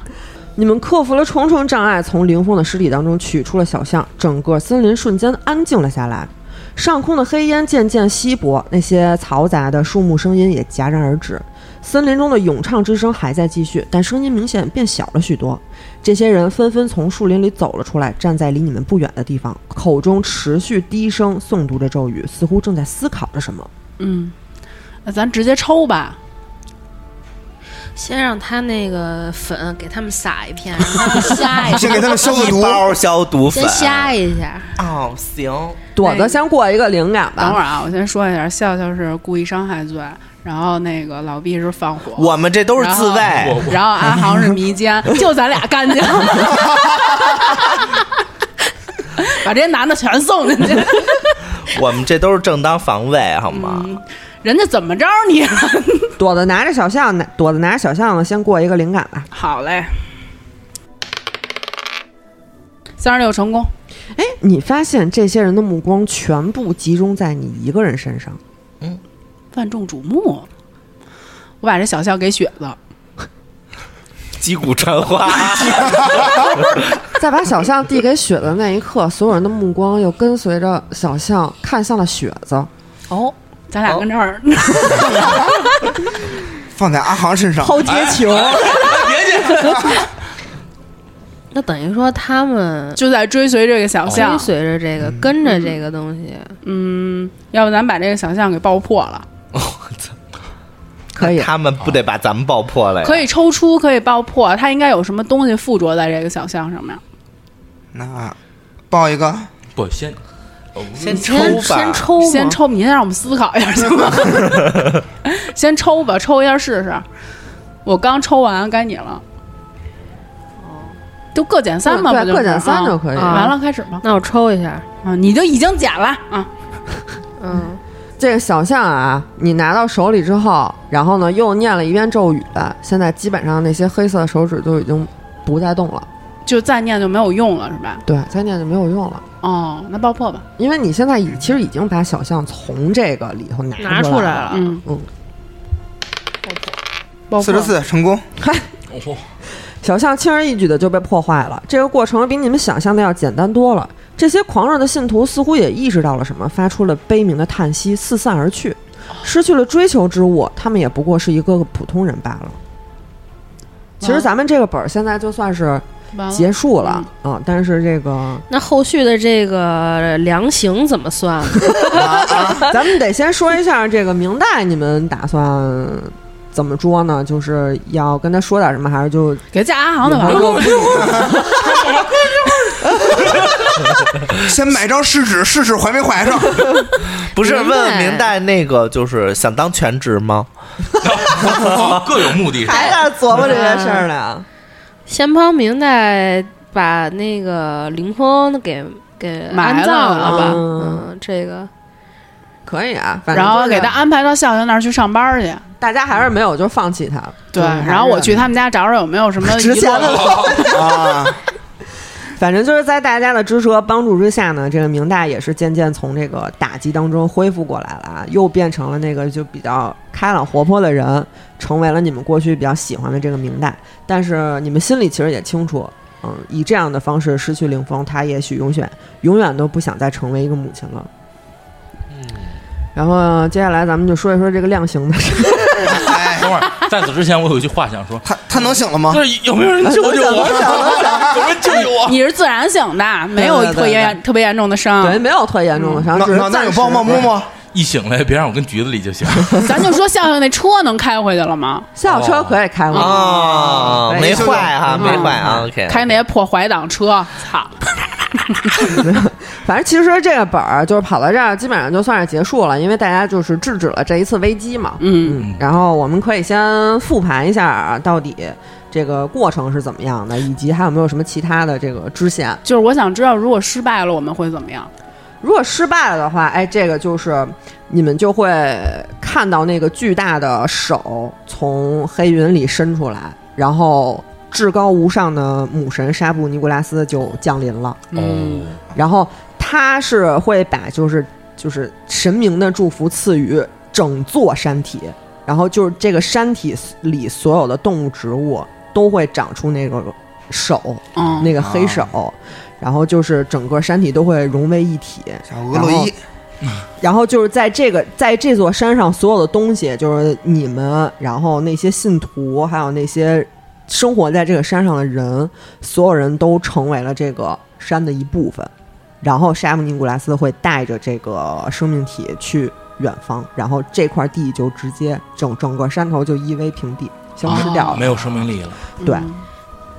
Speaker 1: 你们克服了重重障碍，从凌风的尸体当中取出了小象，整个森林瞬间安静了下来。上空的黑烟渐渐稀薄，那些嘈杂的树木声音也戛然而止。森林中的咏唱之声还在继续，但声音明显变小了许多。这些人纷纷从树林里走了出来，站在离你们不远的地方，口中持续低声诵读着咒语，似乎正在思考着什么。
Speaker 2: 嗯，那咱直接抽吧。
Speaker 3: 先让他那个粉给他们撒一 片，让他们瞎一
Speaker 5: 先
Speaker 3: 下，
Speaker 5: 给他们消个
Speaker 4: 一
Speaker 5: 毒。
Speaker 4: 包消毒粉
Speaker 3: 先。瞎一下。
Speaker 4: 哦，行，
Speaker 1: 朵子先过一个灵感吧。
Speaker 2: 啊等会儿啊，我先说一下，笑笑是故意伤害罪，然后那个老毕是放火，
Speaker 5: 我们这都是自
Speaker 2: 然
Speaker 5: 卫
Speaker 6: 后，
Speaker 2: 然后阿航是迷奸，就咱俩干净，把这些男的全送进去，
Speaker 4: 我们这都是正当防卫，好吗？
Speaker 2: 人家怎么着你？
Speaker 1: 朵子拿着小象，拿朵子拿着小象呢，先过一个灵感吧。
Speaker 2: 好嘞，三十六成功，
Speaker 1: 哎，你发现这些人的目光全部集中在你一个人身上，
Speaker 2: 万众瞩目。我把这小象给雪了，
Speaker 4: 击鼓传花，
Speaker 1: 在把小象递给雪的那一刻，所有人的目光又跟随着小象看向了雪子。
Speaker 2: 哦，咱俩跟这儿，
Speaker 5: 放在阿航身上。
Speaker 1: 抛接球，
Speaker 3: 那等于说他们
Speaker 2: 就在追随这个小
Speaker 3: 追
Speaker 2: 象。
Speaker 3: 随着这个，跟着这个东西，
Speaker 2: 嗯，要不咱把这个小象给爆破了？
Speaker 1: 可以，
Speaker 4: 他们不得把咱们爆破了呀？
Speaker 2: 可以抽出，可以爆破，它应该有什么东西附着在这个小象上面。
Speaker 5: 那报一个，
Speaker 6: 不先
Speaker 4: 先抽
Speaker 3: 先
Speaker 4: 吧
Speaker 3: 先，抽吗，
Speaker 2: 啊先抽，你先让我们思考一下行吗？ 先抽吧，抽一下试试。我刚抽完，该你了。就各减三嘛，
Speaker 1: 哦对
Speaker 2: 不就是
Speaker 1: 各减三就可以
Speaker 2: 啊完了，开始吧。
Speaker 3: 那我抽一下，
Speaker 2: 啊，你就已经减了啊。
Speaker 3: 嗯，
Speaker 1: 这个小象啊，你拿到手里之后，然后呢又念了一遍咒语，现在基本上那些黑色的手指就已经不再动了。
Speaker 2: 就再念就没有用了，是吧？
Speaker 1: 对，再念就没有用了，
Speaker 2: 哦，那爆破吧。
Speaker 1: 因为你现在已其实已经把小象从这个里头拿
Speaker 3: 拿出
Speaker 1: 出
Speaker 3: 来
Speaker 1: 了。
Speaker 3: 了，
Speaker 2: 嗯
Speaker 1: 嗯，
Speaker 2: 爆破。
Speaker 5: 四十四成功，
Speaker 6: 哦
Speaker 1: 小象轻而易举的就被破坏了。这个过程比你们想象的要简单多了。这些狂热的信徒似乎也意识到了什么，发出了悲鸣的叹息，四散而去。
Speaker 2: 哦
Speaker 1: 失去了追求之物，他们也不过是一个个普通人罢了。其实咱们这个本儿现在就算是
Speaker 2: 完了
Speaker 1: 结束了啊、
Speaker 2: 嗯
Speaker 1: 但是这 个
Speaker 3: 那后续的这个量刑怎么算 呢？
Speaker 1: 咱们得先说一下这个明代，你们打算怎么捉呢？就是要跟他说点什么，还是就
Speaker 2: 给加阿航的完了。
Speaker 5: 先买张试纸试试怀没怀上。
Speaker 4: 不是
Speaker 3: 明
Speaker 4: 问
Speaker 3: 白
Speaker 4: 问明代那个，就是想当全职吗？
Speaker 6: 各有目的，
Speaker 1: 还在琢磨这件 事儿呢？
Speaker 3: 先帮明代把那个凌风给给
Speaker 2: 埋
Speaker 3: 安葬
Speaker 2: 了
Speaker 3: 了吧？
Speaker 1: 嗯
Speaker 3: 嗯，这个
Speaker 1: 可以啊，反正
Speaker 2: 然后
Speaker 1: 就
Speaker 2: 给
Speaker 1: 是
Speaker 2: 他安排到校园那儿去上班去。
Speaker 1: 大家还是没有就放弃他了。
Speaker 2: 对，
Speaker 1: 就是还是
Speaker 2: 然后我去他们家找找有没有什么
Speaker 1: 值钱的
Speaker 2: 遗落
Speaker 5: 啊，
Speaker 1: 反正就是在大家的支持和帮助之下呢，这个明代也是渐渐从这个打击当中恢复过来了啊，又变成了那个就比较开朗活泼的人，成为了你们过去比较喜欢的这个明代。但是你们心里其实也清楚，嗯，以这样的方式失去凌风，他也许永远永远都不想再成为一个母亲了。然后接下来咱们就说一说这个量刑的事。
Speaker 5: 哎，
Speaker 6: 等会儿在此之前，我有一句话想说，
Speaker 5: 他他能醒了
Speaker 1: 啊
Speaker 5: 吗？
Speaker 6: 就是有没有人救救我？有人救 救我？
Speaker 2: 你是自然醒的，没有
Speaker 1: 对对对
Speaker 2: 特别严特别严重的
Speaker 1: 对，
Speaker 2: 伤。
Speaker 1: 没有特严重的伤，
Speaker 5: 脑
Speaker 1: 只是
Speaker 5: 脑袋
Speaker 1: 暂
Speaker 5: 有
Speaker 1: 时
Speaker 5: 包吗？摸摸。
Speaker 6: 一醒来，别让我跟橘子 里就行。
Speaker 2: 咱就说笑笑那车能开回去了吗？
Speaker 1: 校车可以开吗？
Speaker 4: 哦
Speaker 1: 对，
Speaker 4: 没
Speaker 1: 就是
Speaker 4: 坏哈，
Speaker 1: 嗯
Speaker 4: 没坏啊。OK，
Speaker 2: 开那些破怀挡车，操！
Speaker 1: 反正其实这个本儿啊就是跑到这儿，基本上就算是结束了，因为大家就是制止了这一次危机嘛。
Speaker 2: 嗯，
Speaker 1: 嗯，然后我们可以先复盘一下到底这个过程是怎么样的，以及还有没有什么其他的这个支线。
Speaker 2: 就是我想知道，如果失败了，我们会怎么样？
Speaker 1: 如果失败了的话，哎，这个就是你们就会看到那个巨大的手从黑云里伸出来，然后至高无上的母神纱布尼古拉斯就降临了。
Speaker 2: 嗯，
Speaker 1: 然后他是会把就是就是神明的祝福赐予整座山体，然后就是这个山体里所有的动物植物都会长出那个手，
Speaker 2: 嗯，
Speaker 1: 那个黑手。然后就是整个山体都会融为一体，
Speaker 5: 小俄洛伊，
Speaker 1: 然后就是在这个在这座山上所有的东西，就是你们，然后那些信徒，还有那些生活在这个山上的人，所有人都成为了这个山的一部分。然后沙姆尼古拉斯会带着这个生命体去远方，然后这块地就直接整整个山头就夷为平地，消失掉了。
Speaker 6: 没有生命力了。
Speaker 1: 对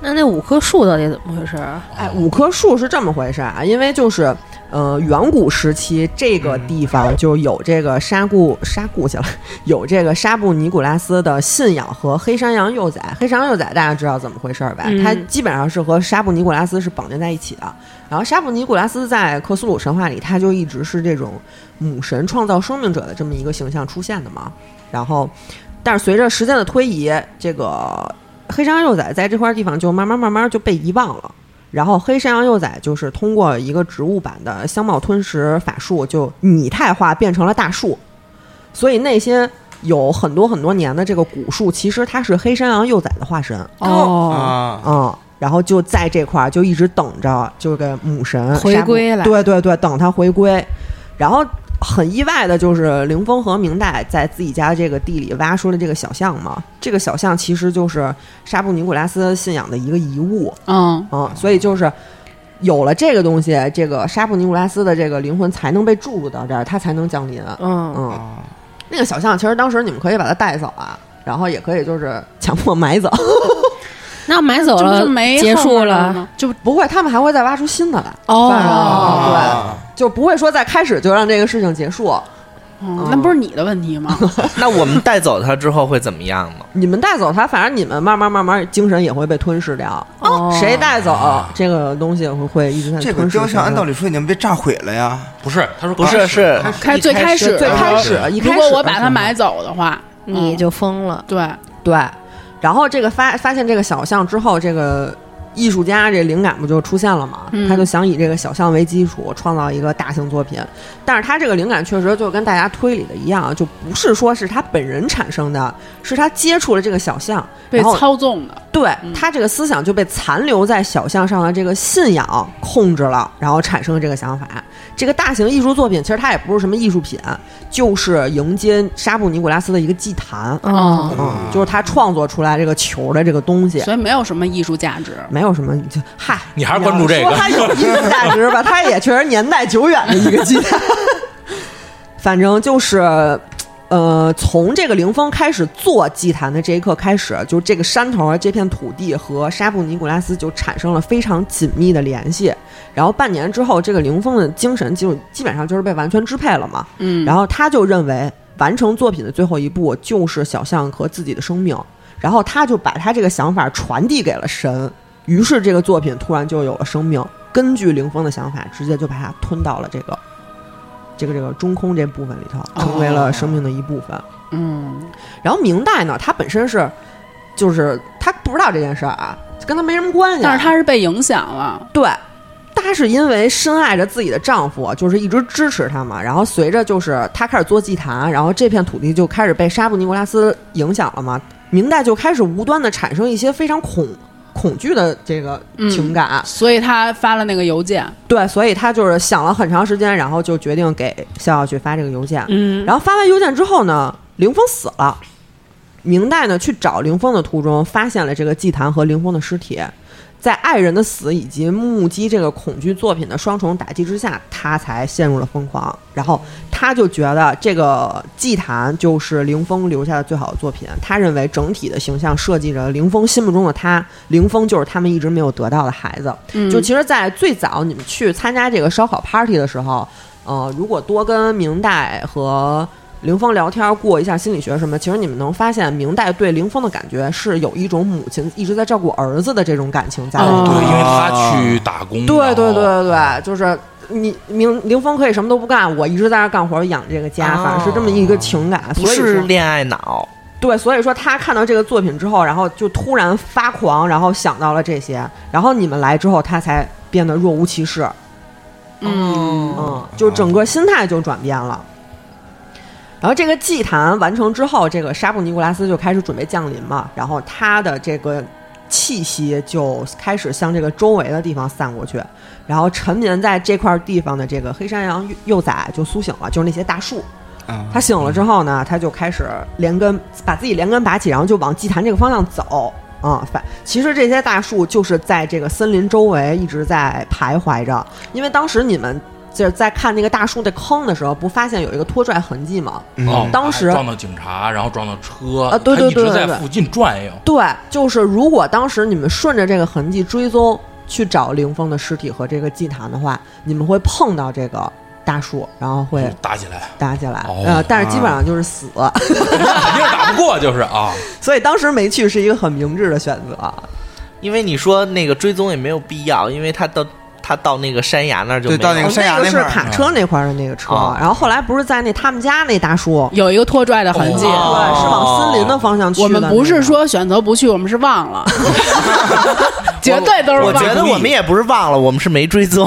Speaker 3: 那那五棵树到底怎么回事儿？
Speaker 1: 哎，
Speaker 6: 哦
Speaker 1: 五棵树是这么回事啊，因为就是，呃，远古时期这个地方就有这个沙固沙固去了， 有这个沙布尼古拉斯的信仰和黑山羊幼崽。黑山羊幼崽大家知道怎么回事儿吧？
Speaker 3: 嗯
Speaker 1: 它基本上是和沙布尼古拉斯是绑定在一起的。然后沙布尼古拉斯在克苏鲁神话里，它就一直是这种母神创造生命者的这么一个形象出现的嘛。然后，但是随着时间的推移，这个黑山羊幼崽在这块地方就慢慢慢慢就被遗忘了。然后黑山羊幼崽就是通过一个植物版的香貌吞食法术，就拟态化变成了大树。所以那些有很多很多年的这个古树，其实它是黑山羊幼崽的化身
Speaker 2: 哦，
Speaker 5: 啊，
Speaker 1: 嗯，然后就在这块儿就一直等着，就给母神
Speaker 2: 回归
Speaker 1: 了。
Speaker 2: 了
Speaker 1: 对对对，等它回归。然后很意外的就是，凌风和明代在自己家的这个地里挖出了这个小象嘛。这个小象其实就是沙布尼古拉斯信仰的一个遗物。
Speaker 2: 嗯，
Speaker 1: 嗯，所以就是有了这个东西，这个沙布尼古拉斯的这个灵魂才能被注入到这儿，它才能降临。
Speaker 3: 嗯，
Speaker 1: 嗯，那个小象其实当时你们可以把它带走啊，然后也可以就是强迫买走，
Speaker 3: 那买走
Speaker 2: 这不
Speaker 3: 了
Speaker 2: 就，没
Speaker 3: 呃结束
Speaker 2: 后面
Speaker 3: 了
Speaker 2: 吗，
Speaker 1: 就不会，他们还会再挖出新的来。
Speaker 2: 哦，
Speaker 1: 啊对，就不会说在开始就让这个事情结束。
Speaker 2: 嗯那不是你的问题吗？
Speaker 4: 那我们带走它之后会怎么样呢？
Speaker 1: 你们带走它，反正你们慢慢慢慢精神也会被吞噬掉。
Speaker 3: 哦
Speaker 1: 谁带走这个东西会会一直在
Speaker 5: 啊这个
Speaker 1: 吞噬
Speaker 5: 雕像
Speaker 1: 谁
Speaker 5: 按
Speaker 1: 的
Speaker 5: 道理说已经被炸毁了呀，
Speaker 6: 不是，他说
Speaker 4: 不是，是
Speaker 2: 开最开始
Speaker 1: 最
Speaker 2: 的
Speaker 1: 开
Speaker 2: 时
Speaker 1: 始嗯
Speaker 6: 啊
Speaker 1: 一
Speaker 2: 候，
Speaker 1: 开
Speaker 2: 如
Speaker 1: 始
Speaker 2: 果我把它
Speaker 1: 是
Speaker 2: 买走的话，
Speaker 3: 你
Speaker 2: 嗯
Speaker 3: 就疯了。
Speaker 2: 对，
Speaker 1: 对，然后这个发发现这个小象之后，这个艺术家这灵感不就出现了吗？
Speaker 2: 嗯
Speaker 1: 他就想以这个小象为基础创造一个大型作品，但是他这个灵感确实就跟大家推理的一样，就不是说是他本人产生的，是他接触了这个小象，
Speaker 2: 被
Speaker 1: 然后
Speaker 2: 操纵的，
Speaker 1: 对
Speaker 2: 嗯
Speaker 1: 他这个思想就被残留在小象上的这个信仰控制了，然后产生这个想法。这个大型艺术作品其实它也不是什么艺术品，就是迎接沙布尼古拉斯的一个祭坛。
Speaker 3: 哦，
Speaker 1: 嗯，就是他创作出来这个球的这个东西，
Speaker 2: 所以没有什么艺术价值。
Speaker 1: 没有什么就嗨，
Speaker 6: 你还是关注这个
Speaker 1: 你要说它有艺术价值吧，它也确实年代久远的一个鸡蛋。反正就是，呃，从这个灵峰开始做祭坛的这一刻开始，就这个山头啊，这片土地和沙布尼古拉斯就产生了非常紧密的联系。然后半年之后，这个灵峰的精神就基本上就是被完全支配了嘛。
Speaker 2: 嗯，
Speaker 1: 然后他就认为完成作品的最后一步就是小象和自己的生命，然后他就把他这个想法传递给了神，于是这个作品突然就有了生命。根据凌风的想法，直接就把它吞到了这个这个这个中空这部分里头，
Speaker 2: 哦
Speaker 1: 成为了生命的一部分。
Speaker 2: 嗯，
Speaker 1: 然后明代呢，他本身是就是他不知道这件事儿啊，跟他没什么关系啊，
Speaker 2: 但是他是被影响了，
Speaker 1: 对，她是因为深爱着自己的丈夫，就是一直支持他嘛。然后随着就是她开始做祭坛，然后这片土地就开始被沙布尼古拉斯影响了嘛。明代就开始无端的产生一些非常恐恐惧的这个
Speaker 2: 嗯
Speaker 1: 情感，
Speaker 2: 所以他发了那个邮件，
Speaker 1: 对，所以她就是想了很长时间，然后就决定给笑笑去发这个邮件。
Speaker 3: 嗯，
Speaker 1: 然后发完邮件之后呢，凌峰死了。明代呢去找凌峰的途中，发现了这个祭坛和凌峰的尸体。在爱人的死以及目击这个恐惧作品的双重打击之下，他才陷入了疯狂。然后他就觉得这个祭坛就是凌峰留下的最好的作品。他认为整体的形象设计着凌峰心目中的他，凌峰就是他们一直没有得到的孩子。
Speaker 2: 嗯
Speaker 1: 就其实，在最早你们去参加这个烧烤 party 的时候，呃，如果多跟明代和凌峰聊天，过一下心理学什么，其实你们能发现，明代对凌峰的感觉是有一种母亲一直在照顾儿子的这种感情在里
Speaker 6: 对，
Speaker 1: 头。嗯
Speaker 2: 哦
Speaker 6: 因为他去打工，
Speaker 1: 哎对
Speaker 6: 然
Speaker 1: 对
Speaker 6: 后
Speaker 1: 对对对，就是你明凌峰可以什么都不干，我一直在那干活养这个家，反正是这么一个情感。
Speaker 4: 不
Speaker 1: 所以
Speaker 4: 是
Speaker 1: 说
Speaker 4: 恋爱脑，
Speaker 1: 对，所以说他看到这个作品之后，然后就突然发狂，然后想到了这些，然后你们来之后，他才变得若无其事。
Speaker 2: 嗯，
Speaker 1: 嗯，就整个心态就转变了。然后这个祭坛完成之后，这个沙布尼古拉斯就开始准备降临嘛，然后他的这个气息就开始向这个周围的地方散过去，然后沉眠在这块地方的这个黑山羊幼幼崽就苏醒了，就是那些大树。
Speaker 5: 啊
Speaker 1: 他醒了之后呢，他就开始连根把自己连根拔起，然后就往祭坛这个方向走。啊、反其实这些大树就是在这个森林周围一直在徘徊着，因为当时你们就是在看那个大树的坑的时候，不发现有一个拖拽痕迹吗？
Speaker 6: 哦
Speaker 5: 嗯，
Speaker 1: 当时
Speaker 6: 撞到警察，然后撞到车，
Speaker 1: 啊对对对
Speaker 6: 他一
Speaker 1: 对
Speaker 6: 直在
Speaker 1: 对
Speaker 6: 附近转悠。
Speaker 1: 对，就是如果当时你们顺着这个痕迹追踪去找凌峰的尸体和这个祭坛的话，你们会碰到这个大树，然后会
Speaker 6: 打起来，
Speaker 1: 打起来
Speaker 6: 嗯哦，
Speaker 1: 呃，但是基本上就是死，
Speaker 6: 肯定是打不过，就是啊，
Speaker 1: 所以当时没去是一个很明智的选择。
Speaker 4: 因为你说那个追踪也没有必要，因为他到他到那个山崖那儿就
Speaker 5: 对
Speaker 4: 没有
Speaker 5: 到那个山
Speaker 1: 哦那
Speaker 5: 崖
Speaker 1: 个
Speaker 5: 块
Speaker 1: 是
Speaker 5: 儿，啊
Speaker 1: 卡车那块儿的那个车
Speaker 4: 哦，
Speaker 1: 然后后来不是在那他们家那大树，
Speaker 2: 有一个拖拽的痕迹。
Speaker 1: 对，
Speaker 4: 哦
Speaker 1: 是往森林的方向去
Speaker 2: 哦我
Speaker 1: 的那
Speaker 2: 们
Speaker 1: 个。
Speaker 2: 不是说选择不去，我们是忘了， 绝对都是
Speaker 4: 我
Speaker 2: 忘
Speaker 4: 觉
Speaker 2: 了。
Speaker 4: 得我们也不是忘了，我们是没追踪。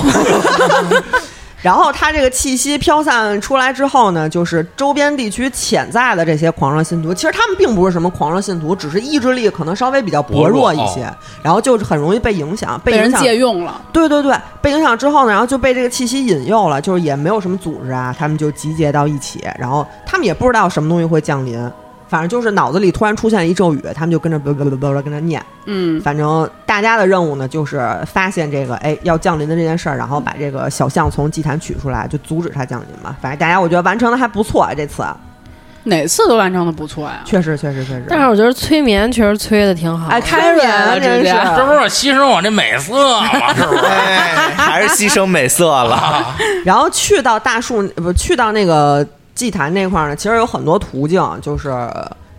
Speaker 1: 然后它这个气息飘散出来之后呢，就是周边地区潜在的这些狂热信徒，其实他们并不是什么狂热信徒，只是意志力可能稍微比较薄弱一些，
Speaker 5: 哦
Speaker 1: 然后就是很容易被影响，
Speaker 2: 被人
Speaker 1: 影响。
Speaker 2: 借用了，
Speaker 1: 对对对，被影响之后呢，然后就被这个气息引诱了，就是也没有什么组织啊，他们就集结到一起，然后他们也不知道什么东西会降临，反正就是脑子里突然出现一咒语，他们就跟着啵啵啵啵啵跟着念。
Speaker 2: 嗯，
Speaker 1: 反正大家的任务呢，就是发现这个哎要降临的这件事儿，然后把这个小象从祭坛取出来，就阻止它降临嘛。反正大家我觉得完成的还不错，这次
Speaker 2: 哪次都完成的不错呀。
Speaker 1: 确实确实确实。
Speaker 3: 但是我觉得催眠确实催的挺好。
Speaker 1: 哎，开
Speaker 2: 催眠了
Speaker 1: 源真
Speaker 2: 直接
Speaker 1: 是
Speaker 6: 这不是牺牲我这美 色吗？是不是？
Speaker 5: 哎，
Speaker 4: 还是牺牲美色了。
Speaker 1: 然后去到大树，不去到那个祭坛那块儿呢，其实有很多途径，就是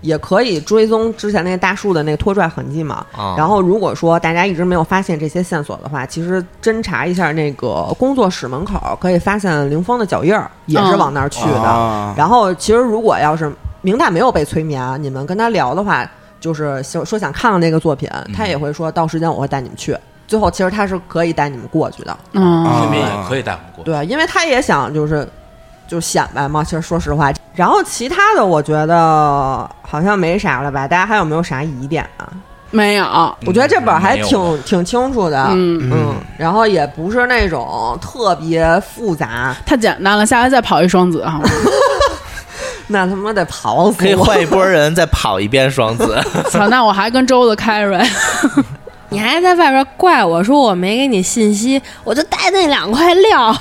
Speaker 1: 也可以追踪之前那个大树的那个拖拽痕迹嘛。
Speaker 4: 啊
Speaker 1: 然后如果说大家一直没有发现这些线索的话，其实侦查一下那个工作室门口，可以发现凌峰的脚印儿，也是
Speaker 2: 嗯
Speaker 1: 往那儿去的。
Speaker 5: 啊
Speaker 1: 然后其实如果要是明代没有被催眠，啊你们跟他聊的话，就是想说想看看那个作品，他也会说到时间我会带你们去。最后其实他是可以带你们过去的，
Speaker 2: 嗯
Speaker 5: 啊
Speaker 6: 催眠也可以带不过。
Speaker 1: 对，因为他也想就是就显摆嘛。其实说实话，然后其他的我觉得好像没啥了吧？大家还有没有啥疑点啊？
Speaker 2: 没有，
Speaker 1: 我觉得这本儿还
Speaker 6: 没有
Speaker 1: 挺挺清楚的，
Speaker 2: 嗯，
Speaker 1: 嗯，然后也不是那种特别复杂，
Speaker 2: 太简单了，下回再跑一双子啊好吗？
Speaker 1: 那他妈得跑死
Speaker 4: 可以
Speaker 1: 我。
Speaker 4: 换一波人再跑一遍双子，
Speaker 2: 操，那我还跟周子 carry，
Speaker 3: 你还在外边怪我说我没给你信息，我就带那两块料。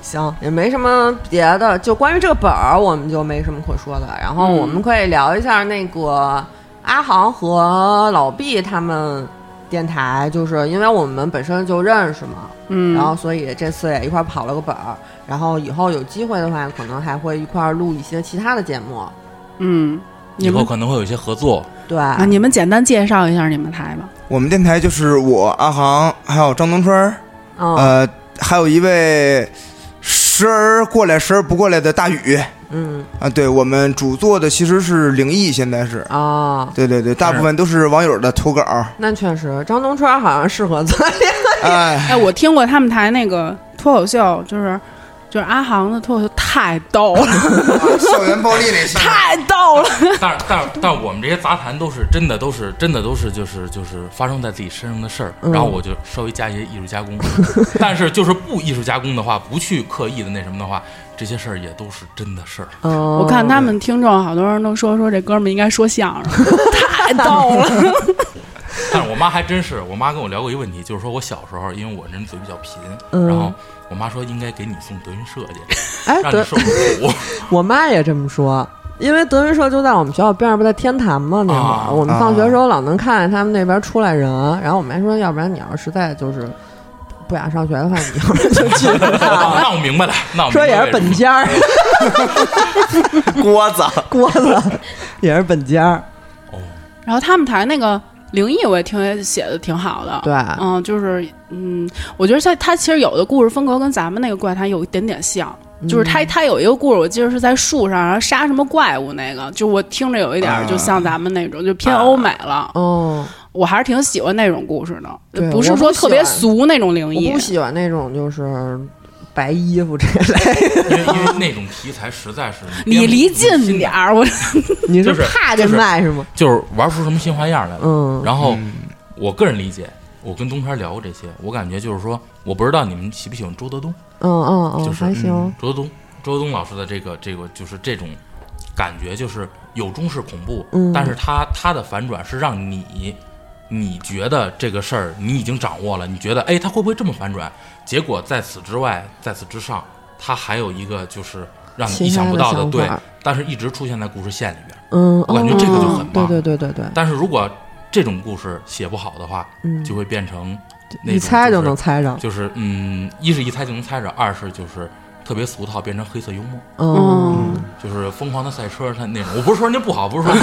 Speaker 1: 行，也没什么别的，就关于这个本儿，我们就没什么可说的。然后我
Speaker 2: 嗯
Speaker 1: 们可以聊一下那个阿航和老毕他们电台，就是因为我们本身就认识嘛，
Speaker 2: 嗯，
Speaker 1: 然后所以这次也一块儿跑了个本儿。然后以后有机会的话，可能还会一块儿录一些其他的节目。
Speaker 2: 嗯，
Speaker 6: 以
Speaker 2: 你
Speaker 6: 后
Speaker 2: 们
Speaker 6: 可能会有一些合作，
Speaker 1: 对，
Speaker 2: 啊，你们简单介绍一下你们台吧。
Speaker 5: 我们电台就是我阿航，还有张东春儿，
Speaker 1: 嗯
Speaker 5: 呃，还有一位时而过来时而不过来的大宇
Speaker 1: 嗯
Speaker 5: 啊。对我们主做的其实是灵异，现在是，
Speaker 1: 啊，
Speaker 5: 对对对，大部分都是网友的投稿。
Speaker 1: 那确实，张东川好像适合做。
Speaker 5: 哎，
Speaker 2: 哎，我听过他们台那个脱口秀，就是就是阿航的脱口秀太逗了，
Speaker 5: 校园暴力那些，
Speaker 2: 太逗了。
Speaker 6: 但但但我们这些杂谈都是真的，都是真的都是就是就是发生在自己身上的事儿，
Speaker 1: 嗯
Speaker 6: 然后我就稍微加一些艺术加工， 但是就是不艺术加工的话，不去刻意的那什么的话，这些事儿也都是真的事儿。
Speaker 1: 嗯，
Speaker 2: 哦我看他们听众好多人都说说这哥们儿应该说相声，太逗了。
Speaker 6: 但是我妈还真是，我妈跟我聊过一个问题，就是说我小时候，因为我人嘴比较贫，
Speaker 1: 嗯
Speaker 6: 然后我妈说应该给你送德云社去，
Speaker 1: 哎，
Speaker 6: 让
Speaker 1: 对
Speaker 6: 你，受苦。
Speaker 1: 我妈也这么说，因为德云社就在我们学校边上，不在天坛吗？那会儿、
Speaker 6: 啊
Speaker 1: 我们放学的时候老能看见他们那边出来人，然后我们还说，要不然你要是实在就是不想上学的话，你要不然就去吧。
Speaker 6: 那我明白了，那我明
Speaker 1: 说
Speaker 6: 白
Speaker 1: 也
Speaker 6: 为
Speaker 1: 是
Speaker 6: 什么嗯
Speaker 1: 本家儿
Speaker 4: 锅子
Speaker 1: 锅子，也是本家儿，
Speaker 6: 哦，
Speaker 2: 然后他们台那个灵异，我也听也写的挺好的。
Speaker 1: 对，啊
Speaker 2: 嗯，就是嗯，我觉得他他其实有的故事风格跟咱们那个怪谈有一点点像，
Speaker 1: 嗯
Speaker 2: 就是他他有一个故事，我记得是在树上，然后杀什么怪物那个，就我听着有一点
Speaker 1: 啊
Speaker 2: 儿就像咱们那种，就偏欧美了。
Speaker 1: 嗯，
Speaker 2: 我还是挺喜欢那种故事的
Speaker 1: 对，
Speaker 2: 不是
Speaker 1: 我不
Speaker 2: 说特别
Speaker 1: 喜欢
Speaker 2: 俗那种灵
Speaker 1: 我
Speaker 2: 异
Speaker 1: 不。喜欢那种就是白衣服这类，
Speaker 6: 因为因为那种题材实在是
Speaker 2: 你离近
Speaker 6: 新
Speaker 2: 点儿，我
Speaker 1: 你
Speaker 6: 就是是
Speaker 1: 怕这
Speaker 6: 就是
Speaker 1: 卖是吗？
Speaker 6: 就是玩出什么新花样来了。
Speaker 1: 嗯
Speaker 6: 然后我个人理解，我跟东川聊过这些，我感觉就是说，我不知道你们喜不喜欢周德东，
Speaker 1: 嗯嗯嗯，
Speaker 6: 就是
Speaker 1: 还行，
Speaker 6: 周德东，周德东老师的这个这个就是这种感觉，就是有中式恐怖，
Speaker 1: 嗯
Speaker 6: 但是他他的反转是让你你觉得这个事儿你已经掌握了，你觉得哎，他会不会这么反转？结果在此之外，在此之上，他还有一个就是让你
Speaker 1: 其
Speaker 6: 意想
Speaker 1: 他
Speaker 6: 不
Speaker 1: 的
Speaker 6: 到的，
Speaker 1: 想
Speaker 6: 对
Speaker 1: 法，
Speaker 6: 但是一直出现在故事线里边。
Speaker 1: 嗯，
Speaker 6: 我感觉这个就很
Speaker 1: 哦
Speaker 6: 棒
Speaker 1: 对对对对对，
Speaker 6: 但是如果这种故事写不好的话，
Speaker 1: 嗯，
Speaker 6: 就会变成那
Speaker 1: 一
Speaker 6: 种
Speaker 1: 猜
Speaker 6: 就
Speaker 1: 就是能猜着，
Speaker 6: 就是嗯，一是一猜就能猜着，二是就是特别俗套，变成黑色幽默，
Speaker 1: 嗯，
Speaker 6: 就是疯狂的赛车，它那种。我不是说人家不好，不是说，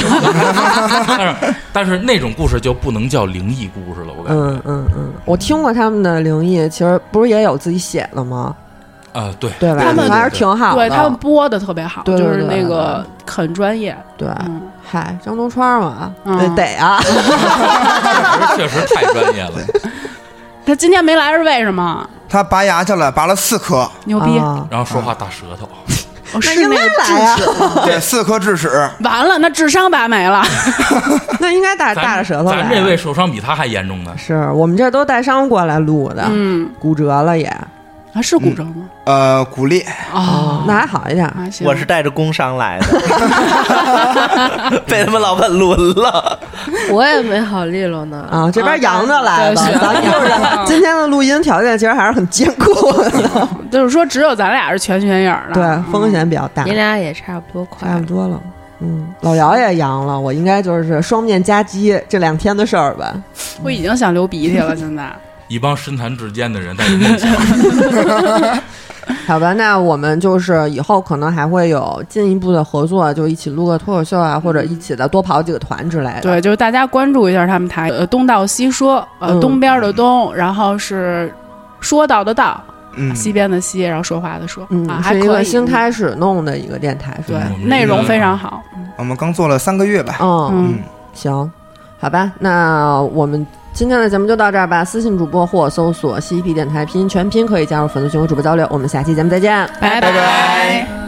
Speaker 6: 但是但是那种故事就不能叫灵异故事了，我感觉。
Speaker 1: 嗯嗯嗯，我听过他们的灵异，其实不是也有自己写的吗？嗯
Speaker 6: 呃，对，
Speaker 1: 对吧？
Speaker 2: 他们
Speaker 1: 还是挺好的，
Speaker 2: 对他们播的特别好，
Speaker 1: 对对
Speaker 2: 就是
Speaker 1: 对啊
Speaker 2: 那个很专业。
Speaker 1: 对
Speaker 2: 嗯，
Speaker 1: 嗨，张东川嘛，
Speaker 2: 嗯
Speaker 1: 呃得啊，
Speaker 6: 确实确实太专 业了。
Speaker 2: 他今天没来是为什么？
Speaker 5: 他拔牙去了，拔了四颗，
Speaker 2: 牛逼！
Speaker 1: 啊哦
Speaker 6: 然后说话大舌头，
Speaker 2: 我
Speaker 1: 那
Speaker 2: 是
Speaker 1: 应
Speaker 2: 那个
Speaker 1: 该
Speaker 2: 智
Speaker 1: 来啊呀，
Speaker 5: 对，四颗智齿。
Speaker 2: 完了，那智商拔没了。
Speaker 1: 那应该大
Speaker 6: 咱
Speaker 1: 大着舌头来啊。
Speaker 6: 咱这位受伤比他还严重呢。
Speaker 1: 是我们这都带伤过来录的，
Speaker 2: 嗯，
Speaker 1: 骨折了也，
Speaker 2: 啊，是骨折吗？
Speaker 5: 呃，骨裂，
Speaker 2: 哦，
Speaker 1: 那还好一点。
Speaker 2: 还行。
Speaker 4: 嗯我是带着工伤来的， 被他们老板抡了。
Speaker 3: 我也没好利落呢
Speaker 1: 啊，这边
Speaker 3: 阳
Speaker 1: 阳着来了，
Speaker 3: 是
Speaker 1: 咱们就是今天的录音条件其实还是很艰苦的，
Speaker 2: 就是说，只有咱俩是全全影儿的。
Speaker 1: 对，风险比较大
Speaker 3: 你，俩也差不多快
Speaker 1: 差不多了。嗯，老姚也阳了，我应该就是双面夹击这两天的事儿吧。
Speaker 2: 我已经想流鼻涕了，现在。
Speaker 6: 一帮身残志坚的人在这梦想，
Speaker 1: 好吧，那我们就是以后可能还会有进一步的合作，就一起录个脱口秀啊，或者一起的多跑几个团之类的。
Speaker 2: 对，就是大家关注一下他们台，呃，东到西说，呃，
Speaker 1: 嗯
Speaker 2: 东边的东，然后是说到的道，
Speaker 5: 嗯，
Speaker 2: 西边的西，然后说话的说，
Speaker 1: 嗯，
Speaker 2: 啊，还
Speaker 1: 是一
Speaker 2: 可
Speaker 1: 个
Speaker 2: 以。
Speaker 1: 新开始弄的一个电台，是
Speaker 2: 对
Speaker 1: 吧？
Speaker 6: 我，们
Speaker 2: 内容非常好。
Speaker 5: 我们刚做了三个月吧。
Speaker 1: 嗯，
Speaker 2: 嗯
Speaker 5: 嗯，
Speaker 1: 行，好吧，那我们今天的节目就到这儿吧。私信主播或搜索“ c p 电台”拼音全拼，可以加入粉丝群和主播交流。我们下期节目再见。
Speaker 2: 拜拜。